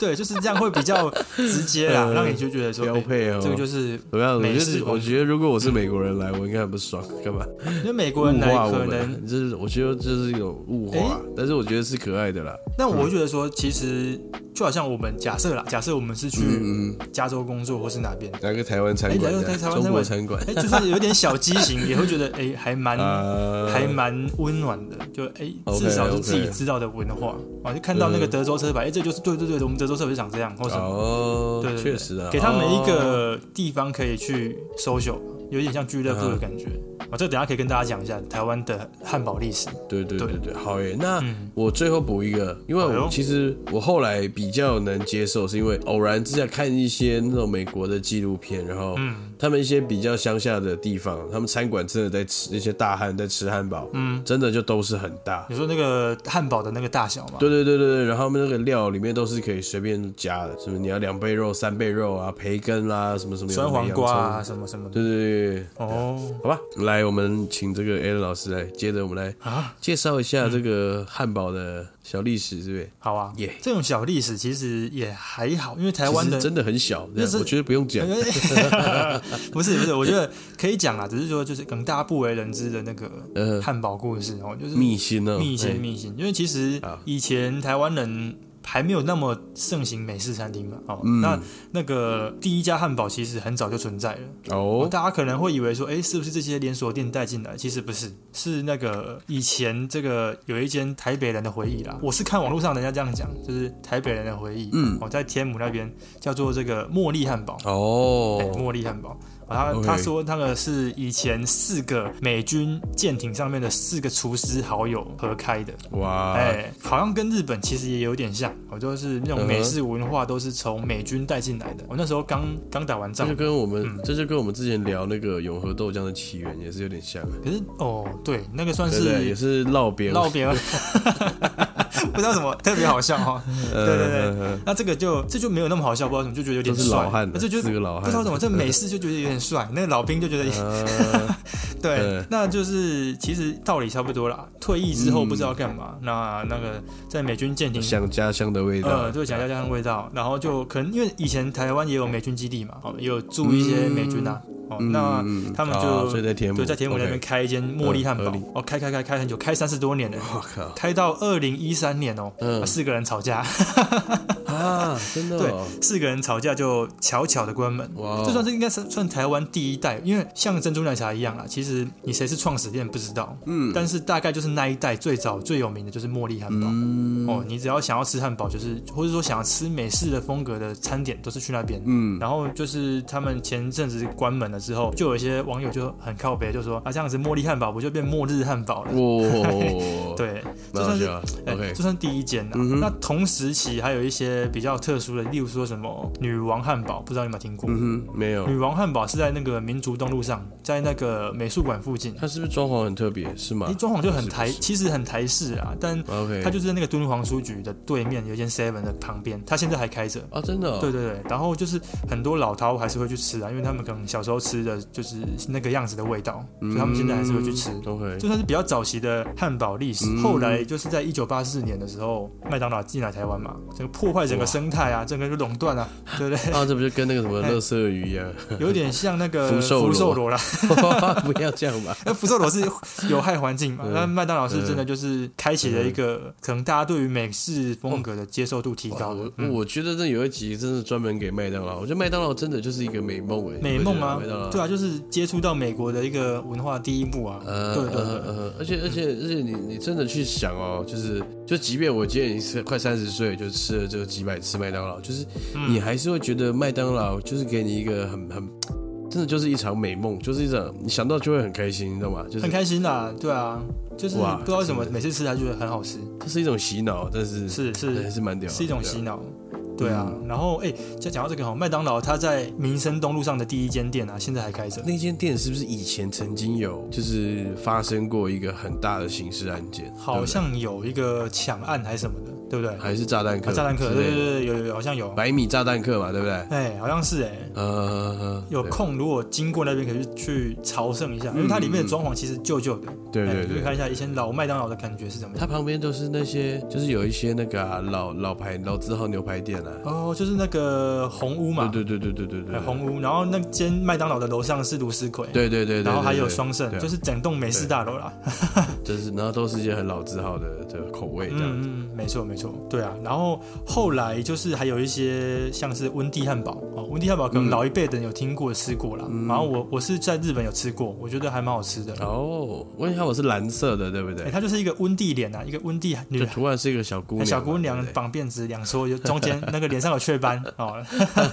对，就是这样会比较直接啦，嗯让你就觉得说，标哎配哦，这个就是怎么样？我觉美式得风我觉得如果我是美国人来，我应该很不 <laughs> 爽，干嘛因为美物国人来化我可能，们？啊就是我觉得这是一种物化哎，但是我觉得是可爱的啦。但我会觉得说，其实就好像我们假设啦，假设我们是去嗯，嗯加州工作或是哪边，来个台湾餐馆哎来这个台样，湾中国餐馆，哎，就是有点小畸形，也会觉得哎，<laughs> 还蛮呃还蛮温暖的，就哎、 OK，至少是自己 OK 知道的文化啊，就看到那个德州车牌，哎、这就是对对对，我们德州车牌就长这样，或什么，哦对，对对确实啊，给他们一哦个地方可以去 social，有点像俱乐部的感觉。啊，这个等一下可以跟大家讲一下台湾的汉堡历史。哦对对对对对，好耶。那嗯我最后补一个，因为哎我呦其实我后来比较能接受，是因为偶然之下看一些那种美国的纪录片，然后嗯他们一些比较乡下的地方，他们餐馆真的在吃那些大汉在吃汉堡，嗯，真的就都是很大。你说那个汉堡的那个大小嘛？对对对对对，然后他们那个料里面都是可以随便加的，什么你要两倍肉、三倍肉啊、培根啦、什么什么酸黄瓜啊，洋葱什么什么的。对对对，哦，好吧，来，我们请这个 Alan 老师来，接着我们来啊介绍一下这个汉堡的小历史，是不是？好啊 Yeah 这种小历史其实也还好，因为台湾其的实真的很小，这那样是哎我觉得不用讲。 <laughs> 不是不是，我觉得可以讲啦，只是说就是可能大家不为人知的那个呃汉堡故事哦，就是秘辛呢？秘辛哎秘辛，因为其实啊以前台湾人。还没有那么盛行美式餐厅嘛。哦，嗯那那个第一家汉堡其实很早就存在了。哦，大家可能会以为说，哎，是不是这些连锁店带进来？其实不是，是那个以前这个有一间台北人的回忆啦。我是看网络上人家这样讲，就是台北人的回忆。嗯哦，在天母那边叫做这个茉莉汉堡，哎哦，茉莉汉堡。啊他 OK 他说那个是以前四个美军舰艇上面的四个厨师好友合开的，哇，哎、好像跟日本其实也有点像，我就是嗯那种哼美式文化都是从美军带进来的。我那时候刚刚打完这仗就，跟我们、嗯这就跟我们之前聊那个永和豆浆的起源也是有点像，啊可是哦，对，那个算对不对？也是是烙边，绕别人， <laughs> 不知道什么特别好笑哈、哦。对对对那这个就这就没有那么好笑，不知道怎么就觉得有呃都点是帅，老汉，这就四个老不汉知道，怎么这美式就觉得有点 <laughs> 帅，那个老兵就觉得 <laughs> 呃对对，那就是其实道理差不多啦。退役之后嗯不知道干嘛，那那个在美军舰艇想家乡的味道呃，，就想要这样的味道，然后就可能因为以前台湾也有美军基地嘛，哦，也有驻一些美军啊，哦，那嗯他们就啊所以在天母，就在天母那边 OK，开一间茉莉汉嗯堡合理，哦，开开开开很久，开三十多年了，我靠开到二零一三年哦，嗯啊四个人吵架，啊，真的哦，四个人吵架就悄悄的关门。哇哦，这算是应该算算台湾第一代，因为像珍珠奶茶一样啦。啊其实你谁是创始店不知道，嗯但是大概就是那一代最早最有名的就是茉莉汉堡。嗯哦，你只要想要吃汉堡，就是或者说想要吃美式的风格的餐点，都是去那边。嗯，然后就是他们前阵子关门了之后，就有一些网友就很靠北，就说啊，这样子茉莉汉堡不就变末日汉哦堡了？哇，， <laughs> 对，这蛮好算是笑哎，OK，这算第一间呐、嗯哼那同时期还有一些比较特殊的，例如说什么女王汉堡，不知道你有没有听过？嗯哼，没有女，王汉堡是在那个民族东路上，在那个美术馆附近，它是不是装潢很特别？是吗你装潢就很是不台，哦是其实很台式啊，但？OK，它就是在那个敦煌书局的对面有一间 Seven 的旁边，它现在还开着。啊，真的哦，对对对，然后就是很多老饕还是会去吃啊，因为他们可能小时候吃的就是那个样子的味道，所嗯，以他们现在还是会去吃。 OK，就算是比较早期的汉堡历史，嗯后来就是在一九八四年的时候，麦当劳进来台湾嘛，整个破坏整个生态啊，整个就垄断啊，对不对？ <laughs> 啊，这不就跟那个什哎么乐色鱼一样？有点像那个福寿螺福寿螺啦，呃不要这样吧。那福寿螺是有害环境嘛，嗯那麦当劳是真的就是开启了一个可能大家对于美式风格的接受度提哇高我了。嗯我觉得这有一集真是专门给麦当劳，我觉得麦当劳真的就是一个美梦哎，美梦啊你不觉得麦当劳，对啊，就是接触到美国的一个文化第一步啊，呃，对对呃对，呃而且而且而且你你真的去想哦，就是就即便我今天已经是快三十岁，就吃了这个几百次麦当劳，就是嗯你还是会觉得麦当劳就是给你一个很很。真的就是一场美梦，就是一场你想到就会很开心，你知道吗？就是很开心啦，对啊，就是哇不知道为什么真的每次吃它觉得很好吃，这是一种洗脑，但是是对还是是蛮屌的，是一种对啊嗯洗脑。对啊，然后哎，就讲到这个哈，麦当劳它在民生东路上的第一间店啊，现在还开着。那间店是不是以前曾经有就是发生过一个很大的刑事案件？好像有一个抢案还是什么的，对不对对不对？还是炸弹客啊，炸弹客，之对类对的，对，对有有有好像有，百米炸弹客嘛，对不 <laughs> 对？哎，好像是哎，呃，有对空如果经过那边可以去朝圣一下，因为它里面的装潢其实旧旧的，嗯对哎对你可以对。看一下以前老麦当劳的感觉是怎么样。它旁边都是那些，就是有一些那个啊、老老牌老字号牛排店啊，哦，就是那个红屋嘛，对对对对对对哎对，红屋，然后那间麦当劳的楼上是卢斯奎，对对对对，然后对还有对双对盛，啊就是整栋美式大楼啦。就是然后都是一些很老字号的的口味这样，嗯嗯，没错没错，对啊。然后后来就是还有一些像是温蒂汉堡哦，温蒂汉堡可能老一辈的人有听过吃过啦。嗯然后我我是在日本有吃过，我觉得还蛮好吃的。哦，问一下我是蓝色的对不哎，对？它就是一个温蒂脸啊，一个温蒂女这。图案是一个小姑哎娘嘛，小姑对娘不对绑辫子，两撮，有中间那个脸上有雀斑哦， <laughs>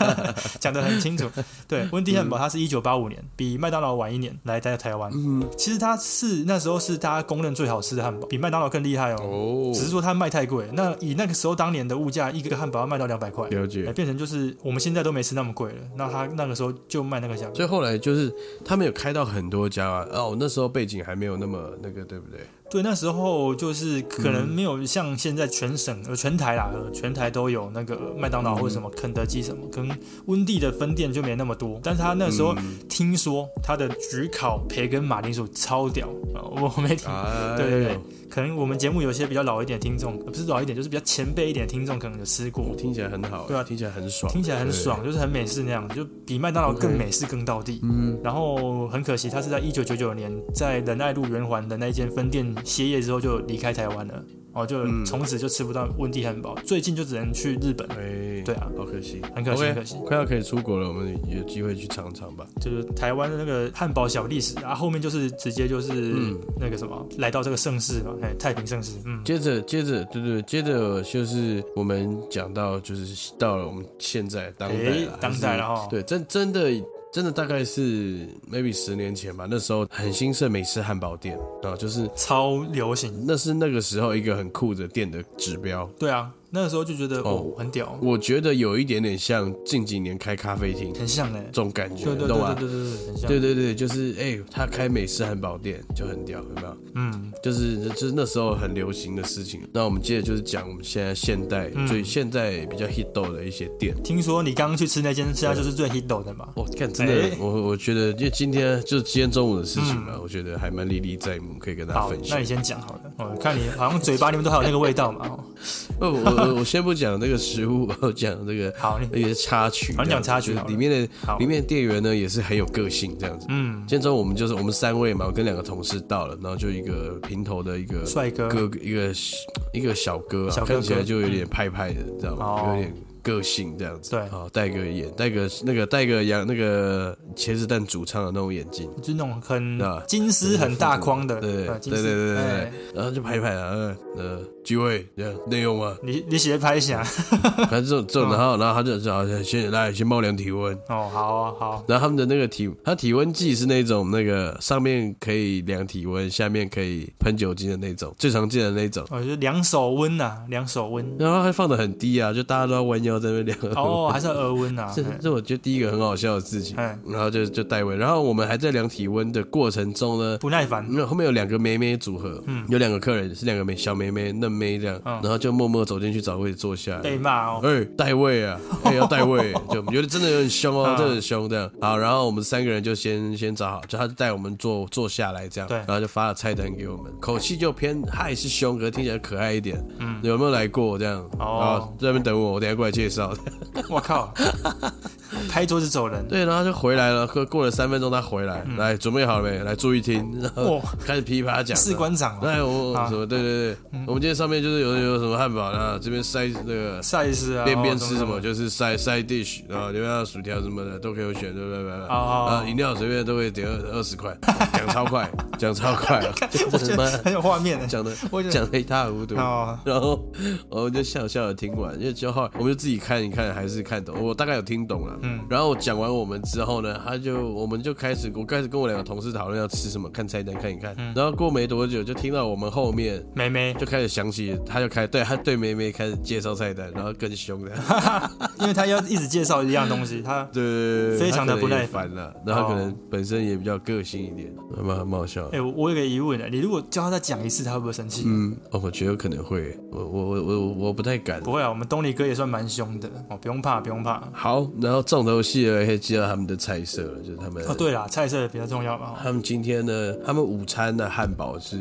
讲得很清楚。对，温蒂汉堡它是一九八五年，比麦当劳晚一年来待在台湾。嗯其实它是那时候是大家公认最好吃的汉堡，比麦当劳更厉害哦。哦，只是说它卖太贵，那以那个时候当年的物价，一个汉堡要卖到两百块，了解哎，变成就是我们现在都没吃那么贵了。那它那个时候就卖那个价格，所以后来就是他们有开到很多家啊，哦，那时候背景还没有那么那个，对不对？对，那时候就是可能没有像现在全省呃全台啦，呃全台都有那个麦当劳或者什么肯德基什么，跟温蒂的分店就没那么多。但是他那时候听说他的焗烤培根马铃薯超屌，呃我我没听啊，对对对，可能我们节目有些比较老一点的听众，呃不是老一点，就是比较前辈一点的听众，可能有吃过我，听起来很好，对啊听起来很爽，听起来很爽，就是很美式那样，就比麦当劳更美式、更到地。对，嗯，然后很可惜，它是在一九九九年在仁爱路圆环的那一间分店歇业之后就离开台湾了，哦，就嗯从此就吃不到温蒂汉堡，最近就只能去日本，哎，对啊，好可惜，很可惜 OK，很可惜快要可以出国了，我们有机会去尝尝吧。就是台湾的那个汉堡小历史啊，后面就是直接就是嗯那个什么，来到这个盛世嘛，哎，太平盛世，嗯，接着，接着，对对，接着就是我们讲到，就是到了我们现在当代哎啦，还当是代了哈，对，真真的真的大概是 maybe 十年前吧，那时候很兴盛美式汉堡店啊，就是超流行，那是那个时候一个很酷的店的指标。对啊，那个时候就觉得哦哦，很屌，我觉得有一点点像近几年开咖啡厅这很像哎，种感觉，对对对懂对吗？对对对，很像，对对对，就是哎、他开美式汉堡店就很屌，有没有？嗯，就是就是那时候很流行的事情。那我们接着就是讲我们现在现代嗯最、现在比较 hit 豆的一些店。听说你刚刚去吃那间，现在就是最 hit 的嘛，我看真的，哎嗯我我觉得因为今天就是今天中午的事情嘛，我觉得还蛮历历在目，可以跟大家好分，享那你。先讲好了，我看你好像嘴巴里面都还有那个味道嘛，哦，不，我我我先不讲这个食物，我讲这个好，你一些插曲这样子。好你讲插曲就是好了里面的好里面的店员呢也是很有个性这样子。嗯，今天中午我们就是我们三位嘛，我跟两个同事到了，然后就一个平头的一个帅哥哥，一个一个小哥啊，小哥哥看起来就有点派派的，你知道吗？哦有点个性这样子。对啊，戴个眼，戴个那个戴个羊那个茄子蛋主唱的那种眼镜。就是那种很啊金丝很大框的，对对对呃金对对丝对对哎，然后就拍一拍啊，呃呃，聚会这样内容吗？你你写拍一下，反正这种这嗯种，然后然后他就然后先来先冒量体温，哦，好啊好，然后他们的那个体，它体温计是那种那个上面可以量体温，下面可以喷酒精的那种，最常见的那种。哦，就是两手温呐，两手 <laughs> 温，然后还放的很低啊，就大家都要弯腰在那边量。哦，还是要额 <laughs> 温呐，这这我觉得第一个很好笑的事情。哎，然后就就戴温，然后我们还在量体温的过程中呢，不耐烦，没有，后面有两个妹妹组合，有两个客人是两个妹小妹妹嫩妹这样，嗯然后就默默走进去找位置坐下来。被骂哦，哎，带位啊，哎要带 <laughs> 位，就有点真的有点凶哦，嗯真的很凶这样。好，然后我们三个人就先先找好，就他就带我们坐坐下来这样，对然后就发了菜单给我们，口气就偏还是凶，可是听起来可爱一点。嗯，有没有来过这样？哦好，在那边等我，我等一下过来介绍。<laughs> 我靠，拍桌子走人，对，然后他就回来了，过过了三分钟他回来，来准备好了没？来注意听，然后哇开始噼啪讲了。士官长哦哎，我啊什么？对对对，我们今天上面就是有有什么汉堡啊，这边塞那个，size 啊，边边哦吃什么，就是塞塞 dish，然后里面薯条什么的都可以选，对不对？对对哦啊，饮料随便都可以点二二十块，讲超快，讲超 <laughs> 快，就我是觉妈得很有画面的，讲的我觉得讲的一塌糊 <laughs> 涂。哦，然后我们就笑笑的听完，因为之后我们就自己看一看，还是看懂，我大概有听懂了。嗯，然后我讲完我们之后呢，他就我们就开始，我开始跟我两个同事讨论要吃什么，看菜单看一看。嗯然后过没多久，就听到我们后面妹妹，就开始想起，他就开对他对梅梅开始介绍菜单，然后更凶的， <laughs> <laughs> 因为她要一直介绍一样东西，她对对对，非常的不耐哦烦了。然后他可能本身也比较个性一点，蛮蛮好笑的哎、。我我有个疑问啊，你如果叫他再讲一次，他会不会生气？嗯，哦，我觉得有可能会，我我我我我不太敢。不会啊，我们东尼哥也算蛮凶的哦，不用怕，不用怕。好，然后重头戏了，可以接到他们的菜色了，就是他们哦，对啦，菜色也比较重要嘛。哦他们今天呢，他们午餐的汉堡是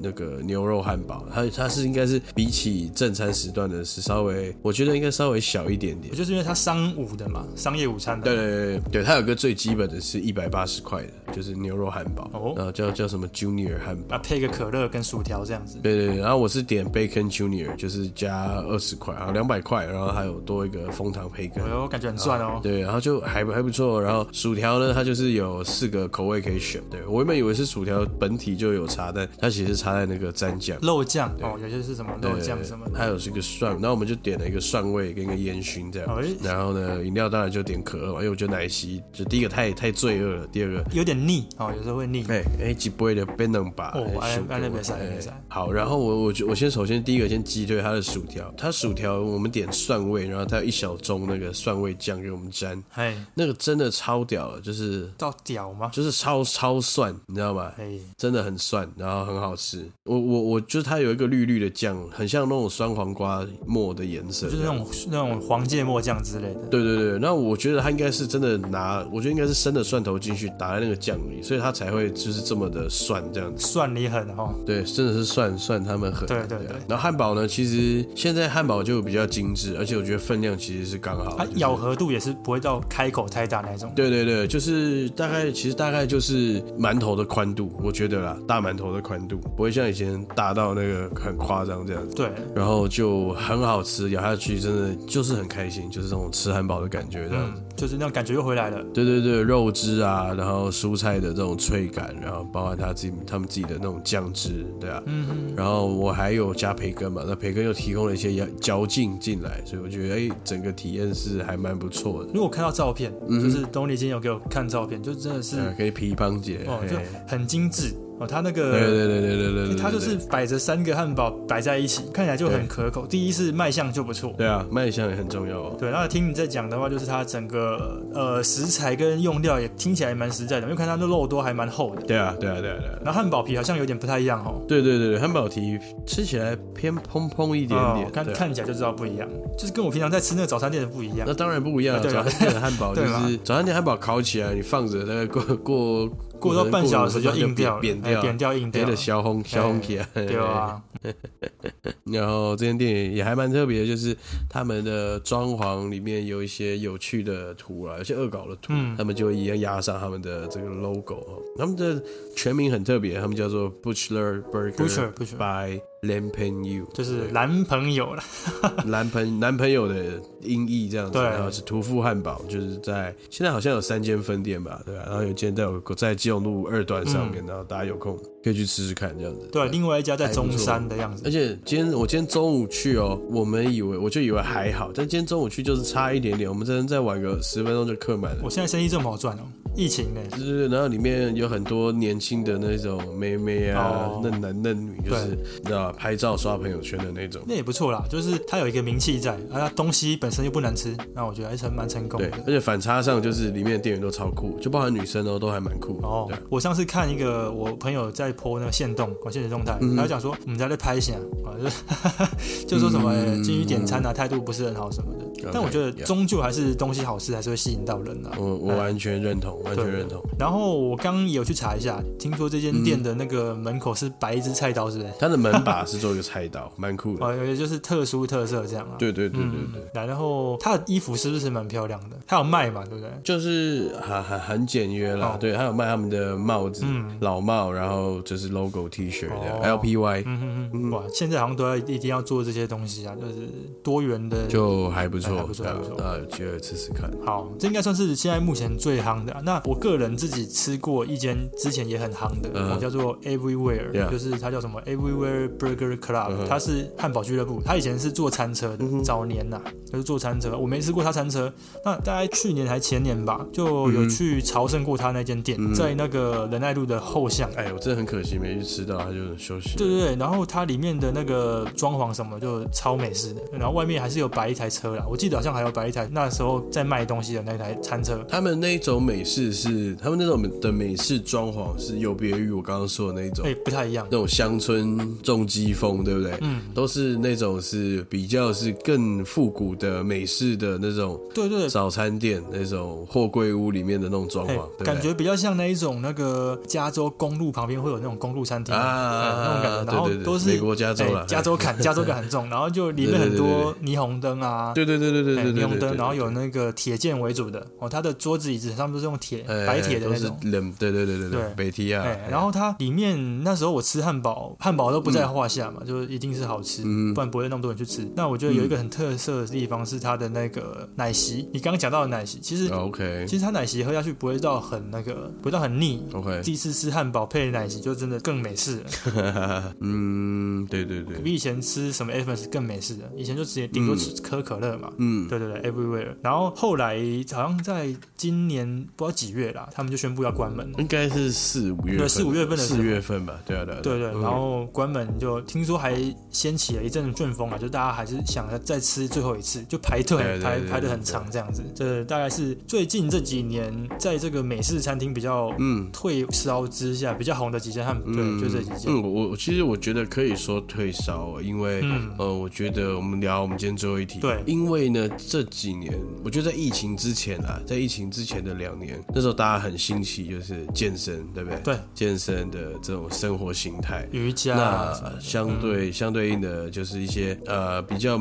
那个牛肉汉堡，它它是应该是比起正餐时段的是稍微，我觉得应该稍微小一点点我。就是因为他商务的嘛，商业午餐的。对对对对，它有个最基本的是一百八十块的，就是牛肉汉堡，哦然后叫叫什么 Junior 汉堡。啊，配个可乐跟薯条这样子。对对对，然后我是点 Bacon Junior，就是加二十块，然后两百块，然后还有多一个枫糖培根哎。呦，感觉很赚哦。对，然后就还还不错。然后薯条呢，它就是有四个口味可以选。对我原本以为是薯条本体就有茶但它其实是插在那个蘸酱。肉酱哦，有些是什么肉酱什么的。还有是一个蒜，然后我们就点了一个蒜味跟一个烟熏这样哎。然后呢，饮料当然就点可乐嘛，因为我觉得奶昔就第一个太太罪恶了，第二个有点腻哦，有时候会腻。哎哎，几杯的变能吧？哦哎哎修过哎那不行哎不行好，然后我我觉我先首先第一个先击退它的薯条，它薯条我们点蒜味，然后它有一小盅那个蒜味酱给我们沾，哎，那个真的超屌了，就是到屌吗？就是超超蒜，你知道吗？哎，真的很蒜，然后很好吃。我我我就是它有一个绿绿的酱，很像那种酸黄瓜末的颜色就。是那种那种黄芥末酱之类的。对对对，那我觉得它应该是真的拿，我觉得应该是生的蒜头进去打在那个酱里，所以它才会就是这么的蒜这样子。蒜泥很哦，对，真的是算算他们狠。对对啊对然后汉堡呢，其实现在汉堡就比较精致，而且我觉得分量其实是刚好它的，就是啊咬合度也是不会到开口太大那一种。对对对，就是大概，其实大概就是馒头的宽度，我觉得啦，大馒头的宽度不会像以前大到那个很夸张这样子，对，然后就很好吃，咬下去真的就是很开心，就是这种吃汉堡的感觉这样子。嗯，就是那种感觉又回来了。对对对，肉汁啊，然后蔬菜的这种脆感，然后包含他自己他们自己的那种酱汁，对啊，嗯，然后我还有加培根嘛，那培根又提供了一些嚼嚼劲进来，所以我觉得哎，整个体验是还蛮不错的。如果看到照片，嗯就是东尼今天有给我看照片，就真的是啊，可以皮帮姐，哦，嘿就很精致哦。它那对个，对对对对对对，它就对是摆着三个汉堡摆在一起，看起来就很可口。第一是卖相就不错，对啊，卖相也很重要哦。对。那听你在讲的话，就是它整个呃食材跟用料也听起来蛮实在的，因为看它的肉都还蛮厚的。对啊，对啊，对啊，对啊。然后汉堡皮好像有点不太一样哦，对对对对，汉堡皮吃起来偏蓬蓬一点点，哦看对啊看起来就知道不一样，就是跟我平常在吃那个早餐店的不一样那。当然不一样啊。啊对早啊餐店的汉堡就对嘛是早餐店汉堡烤起来，你放着大概过过过到半小时就硬掉了，扁哎掉，扁掉硬黑掉的，小红小红皮啊。对啊，然后这间店也还蛮特别，就是他们的装潢里面有一些有趣的图啊，有些恶搞的图，嗯他们就一样压上他们的这个 logo 哦。他们的全名很特别，他们叫做 Butcher Burger Butcher Butcher by Lampen You， <laughs> 就是男朋友啦。男朋男朋友的音译这样子，对然后是屠夫汉堡，就是在现在好像有三间分店吧，对吧、然后有间在有在基隆路二段上面，然后大家有空可以去吃吃看这样子。嗯对，啊另外一家在还哎不错中山的样子而。且今天我今天中午去哦，我们以为我就以为还好，但今天中午去就是差一点点，我们真的再晚个十分钟就客满了我。现在生意这么好赚哦，疫情呢？对对对，然后里面有很多年轻的那种妹妹啊，哦嫩男嫩女，就是你知道吧拍照刷朋友圈的那种。那也不错啦，就是它有一个名气在，啊，它东西本身又不难吃，那我觉得还是蛮成功对，的而。且反差上就是里面的店员都超酷，就包含女生哦，都还蛮酷的。哦对，我上次看一个我朋友在 po 那个线动，我现实动态，嗯他就讲说我们家在拍线啊，就是 <laughs> 就说什么呃进去点餐啊，态度不是很好什么的。但我觉得嗯 yeah 嗯终究还是东西好吃，还是会吸引到人的、我我完全认同，完全哎对认同。然后我刚有去查一下，听说这间店的那个门口是摆一只菜刀，是不是？它的门把是做一个菜刀，蛮酷的。哦，也就是特殊特色这样啊。对对对对对，对。然后它的衣服是不是蛮漂亮的？它有卖嘛，对不对？就是很很很简约啦哦。对，还有卖他们的帽子嗯，老帽，然后就是 logo T 恤哦 l p y 嗯嗯嗯，哇，现在好像都要一定要做这些东西啊，就是多元的。就还不错，哎还不错对啊还不错那就去吃吃看。好，这应该算是现在目前最夯的啊、那我个人自己吃过一间之前也很夯的，嗯我叫做 Everywhere，、 Yeah 就是它叫什么 Everywhere Burger Club，、嗯哼嗯它是汉堡俱乐部，它以前是做餐车的，早年呐、就是做餐车，我没吃过它餐车。那大概去年还前年吧，就嗯有去朝圣过它那间店，在那个仁爱路的后巷。哎，我真的很可惜没去吃到，他就休息。对对对，然后它里面的那个装潢什么就超美式的，然后外面还是有摆一台车啦，我记得好像还有摆一台那时候在卖东西的那台餐车，他们那一种美式是，他们那种的美式装潢是有别于我刚刚说的那一种哎、，不太一样那。种乡村重机风，对不对？嗯，都是那种是比较是更复古的美式的那种对对对。早餐店那种货柜屋里面的那种装潢，哎对不对感觉比较像那一种那个加州公路旁边会有那种公路餐厅哎那种啊，感觉，然后对对对都是美国加州了，哎加 <laughs> 州感，加州感很重，然后就里面很多霓虹灯啊，对对对对对哎对对霓对虹对灯，对，然后有那个铁件为主的哦，它的桌子椅子上面都是用铁哎白铁的都那是种，冷，对对对对对北提亚，哎，然后它里面那时候我吃汉堡，汉堡都不在话下嗯嘛，就是一定是好吃，不然不会那么多人去吃。那我觉得有一个很特色的地方是它的那个奶昔，你刚刚讲到的奶昔，其实、哦 OK 其实它奶昔喝下去不会到很那个，不会到很腻。 OK，第一次吃汉堡配奶昔就真的更美式了， <laughs> 嗯，对对对，比以前吃什么 Evans 更美式了。以前就直接顶多吃喝可乐嘛，嗯，对对对，Everywhere。然后后来好像在今年不知道几月啦，他们就宣布要关门了。应该是四五月份，对四五月份的时候四月份吧，对啊对啊，对对，嗯然后关门就听说还掀起了一阵旋风啊，就大家还是想要再吃最后一次，就排队对对排对排的很长这样子。这大概是最近这几年在这个美式餐厅比较嗯。退烧之下比较红的几间汉堡，对，就这几间。嗯，我我我其实我觉得可以说退烧，因为、嗯呃，我觉得我们聊我们今天最后一题，对因为呢这几年，我觉得在疫情之前啊，在疫情之前的两年，那时候大家很兴起，就是健身，对不对？对，健身的这种生活形态。瑜伽啊什么那相对、相对应的就是一些呃比较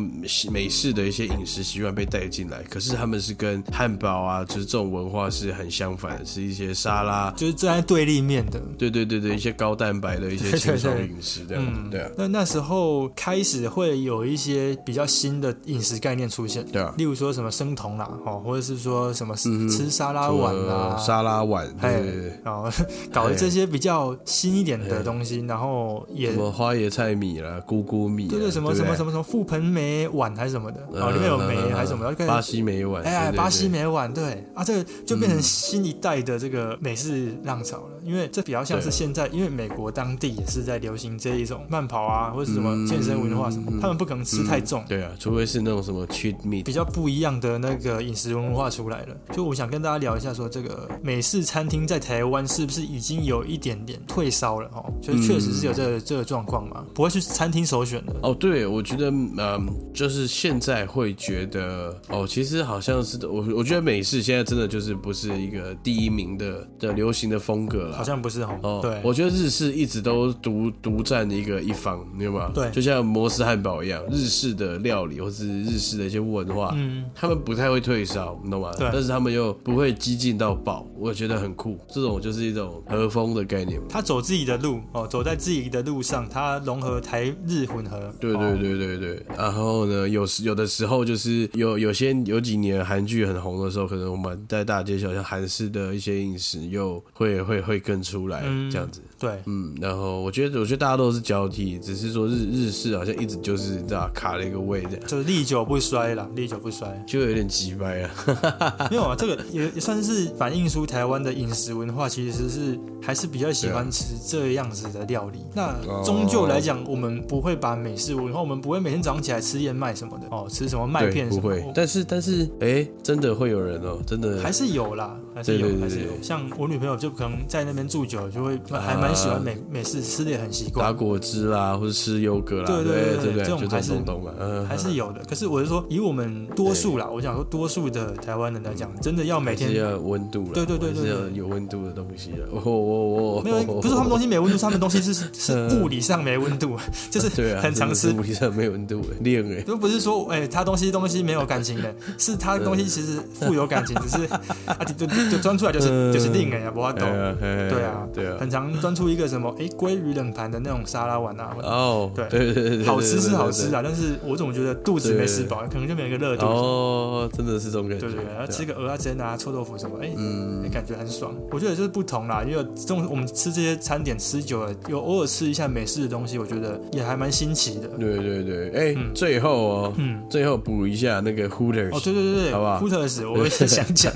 美式的一些饮食习惯被带进来，可是他们是跟汉堡啊，就是这种文化是很相反的，是一些沙拉，就是站在对立面的。对对哦对对，一些高蛋白的一些轻松饮食这样子，嗯对啊，那那时候开始会有一些比较新的饮食概念出现，对啊嗯例如说什么生酮啦，哦，或者是说什么吃沙拉啊碗啦，呃沙拉碗，哎对对对，，然然后搞这些比较新一点的东西，然后也什么花椰菜米啦、咕咕米啦，啊对对对什么什么什么，么什么覆盆梅碗还是什么的，哦，嗯里面有嗯梅嗯还是什么，然后就巴开始。西美碗，哎，对对巴西对梅碗对啊，这个就变成新一代的这个美式浪潮了，因为这比较像是对现在，因为美国当地也是在流行这一种慢跑啊，或者是什么嗯健身文化什么，他们不可能吃太重，对啊，除非是那种什么 cheat meat，比较不一样的那个饮食文化出来了。就我想跟大家聊一下，说这个美式餐厅在台湾是不是已经有一点点退烧了哦？就是确实是有这个、这个状况嘛，不会去餐厅首选的。嗯哦，对，我觉得，嗯，就是现在会觉得，哦，其实好像是我，我觉得美式现在真的就是不是一个第一名的的流行的风格好了。像不是哦，哦，对，我觉得日式一直都独独占一个一方，你有吗？对就像摩斯汉堡一样，日式的料理或是日式的一些文化，嗯，他们不太会退烧，你懂吗？对但是他们又不会激进到爆，我觉得很酷。这种就是一种和风的概念嘛。他走自己的路哦，走在自己的路上，他融合台日混合，对哦对对对对，然后呢，有时有的时候就是有有些有几年韩剧很红的时候，可能我们在大街小巷韩式的一些饮食又会会会更出来、嗯这样子。对，嗯，然后我觉得我觉得大家都是交替，只是说日日式好像一直就是你知道卡了一个位这样，。就是历久不衰啦，历久不衰就有点急掰啊。 <laughs> 没有啊，这个也也算是反映出台湾的饮食文化，其实是还是比较喜啊欢吃这样子的料理。哦那终究来讲，我们不会把美式文化，我们不会每天早上起来吃燕麦什么的哦，吃什么麦对，片不什么，会我，但是但是哎，真的会有人哦，真的还是有啦，还是有对对，对还是有。对啊像我女朋友就可能在那边住久了，就会还蛮喜欢美美式，吃的也很习打惯。果汁啦，或者吃优格啦，对对对对对不对？这种就还这是种东东嘛，嗯，还是有的，可是我是说，以我们多数啦，我想说多数的台湾人来讲，真的要每还是天要有温度了，对对对对还是对要有温度的东西了。哦哦哦，没有，不是他们东西没温度，是他们东西 <laughs> 是是是物理上没温度， <laughs> 就是对啊，很常吃真的是不一样没有温度，练哎，都不是说，哎、他东西东西没有感情的，是他东西其实富有感情， <laughs> 只是啊，就就就钻出来就是、嗯就是令人呀，不怕懂。对对啊，哎对啊，很常钻出一个什么，哎、鲑鱼冷盘的那种沙拉碗啊，哦，对对对对对，对好吃是好吃。啊，但是我总觉得肚子没吃饱，可能就没有一个热对对度。对哦，真的是这种感觉。对对对，然后吃啊个鹅啊煎啊、臭豆腐什么，哎、嗯感觉很爽。我觉得就是不同啦，因为这种我们吃这些餐点吃久了，有偶尔吃一下美式的东西，我觉得也还蛮新奇的。对对对，哎嗯，最后哦，嗯，最后补一下那个 Hooters，哦，对对对对，好不好 h o o t e r s 我也想 <laughs> <laughs> 讲，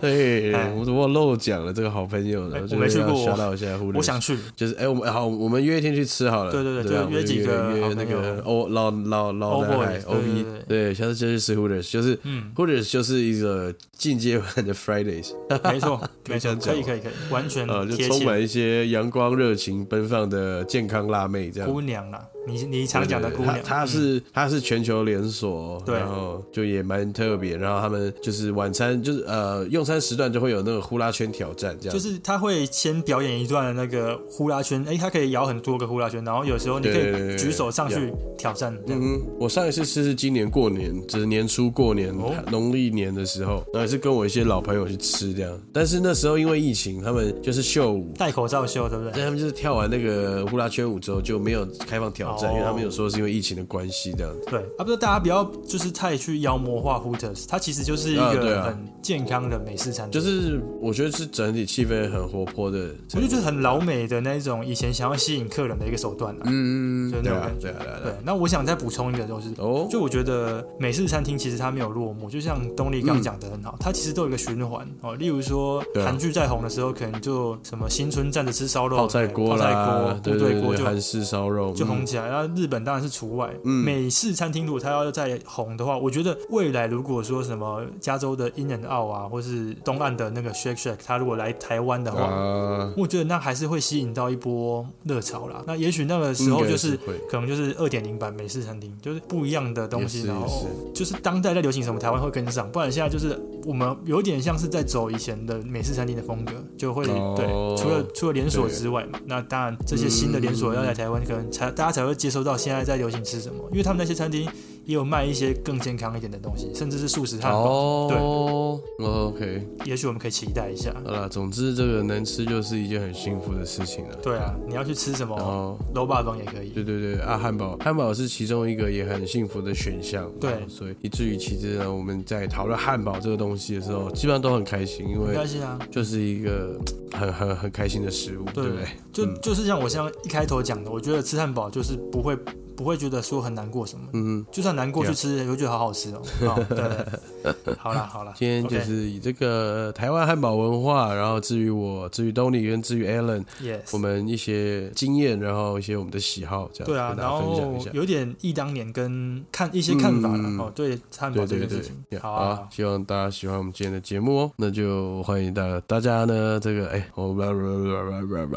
对哎，我怎么漏讲了这个好朋友哎呢？我没去过刷到一下 Hooters，我想去。就是哎，我们好，我们约一天去吃好了。对对对啊就约几个我们约好约那朋友个欧老老老 Old 男孩 boys， O 对 B，对对对，下次就去吃 Hooters，就是嗯， Hooters 就是一个进阶版的 Fridays，没错，可以没这错，样可讲以可以可以，完全呃，就贴充切。满一些阳光、热情、奔放的健康辣妹这样。姑娘啦，你你常讲的对姑对娘，嗯她她是她是全球连锁，对然后就也蛮特别。然后他们就是晚餐，就是呃用餐时段就会有那个呼啦圈挑战这样。就是他会先表演一段那个呼啦圈，哎，他可以摇很多个呼啦圈，然后有时候你可对对对以对举手上去挑战，这样嗯，我上一次吃是今年过年，就是年初过年哦，农历年的时候，那也是跟我一些老朋友去吃这样。但是那时候因为疫情，他们就是秀舞，戴口罩秀，对不对？但他们就是跳完那个呼啦圈舞之后就没有开放挑战，哦因为他们有说是因为疫情的关系这样子。对，啊，不是大家不要就是太去妖魔化 Hooters，它其实就是一啊对个啊很健康的美式餐就厅，是我觉得是整体气氛很活泼的，我就觉得很老美的那一种以前想要吸引客人的一个手段啊。嗯，就那对种啊感，觉对啊，对啊，对对啊，，那我想再补充一个，就是哦，就我觉得美式餐厅其实它没有落幕，就像东立刚讲的很好，它其实都有一个循环哦。例如说对啊韩剧在红的时候，可能就什么新春站着吃烧肉，泡菜锅泡菜啦锅、，部对队对锅对，就韩式烧肉，就嗯红起来。来，那日本当然是除外。美式餐厅如果它要再红的话，我觉得未来如果说什么加州的 In and Out 啊，或是东岸的那个 Shake Shack，它如果来台湾的话，啊，我觉得那还是会吸引到一波热潮啦。那也许那个时应候该就是会可能就是二点零版美式餐厅，就是不一样的东也西，是然也后是就是当代在流行什么，台湾会跟上，不然现在就是我们有点像是在走以前的美式餐厅的风格，就会、哦对，除了除了连锁对之外嘛，那当然这些新的连锁要来台湾，可能才大家才会接收到现在在流行吃什么，因为他们那些餐厅也有卖一些更健康一点的东西，甚至是素食汉堡，哦，o k 也许我们可以期待一下。好啦，总之这个能吃就是一件很幸福的事情了。对啊，你要去吃什然么后，楼霸崩也可以。哦对对对啊，汉堡，汉堡是其中一个也很幸福的选项。对所以以至于其实呢，我们在讨论汉堡这个东西的时候，基本上都很开心，因很为开心啊！就是一个很很很开心的食物，对对不对？就、嗯就是像我像一开头讲的，我觉得吃汉堡就是不会不会觉得说很难过什么，嗯，就算难过 Yeah 去吃，也会觉得好好吃哦。 <laughs> 哦对对，好啦好啦，今天就 OK，是以这个台湾汉堡文化，然后至于我，至于 Tony 跟至于 Alan， yes，我们一些经验，然后一些我们的喜好，这样对啊，跟大然家分享后一下。有点忆当年跟看一些看法了嗯哦，对汉对堡这对件对事情， Yeah，好啊啊，希望大家喜欢我们今天的节目哦。那就欢迎大家，大家呢，这个哎，我不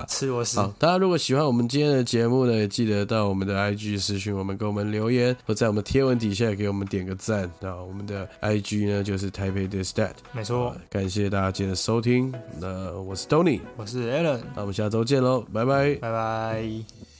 吃螺丝，好，大家如果喜欢我们今天的节目呢，也记得到我们的 IG 私讯我们，给我们留言，或在我们贴文底下给我们点个赞。那我们的 IG 呢，就是台北 d i s t a t 没错，感谢大家今天的收听，那我是 Tony，我是 Alan，那我们下周见喽，拜拜。拜拜。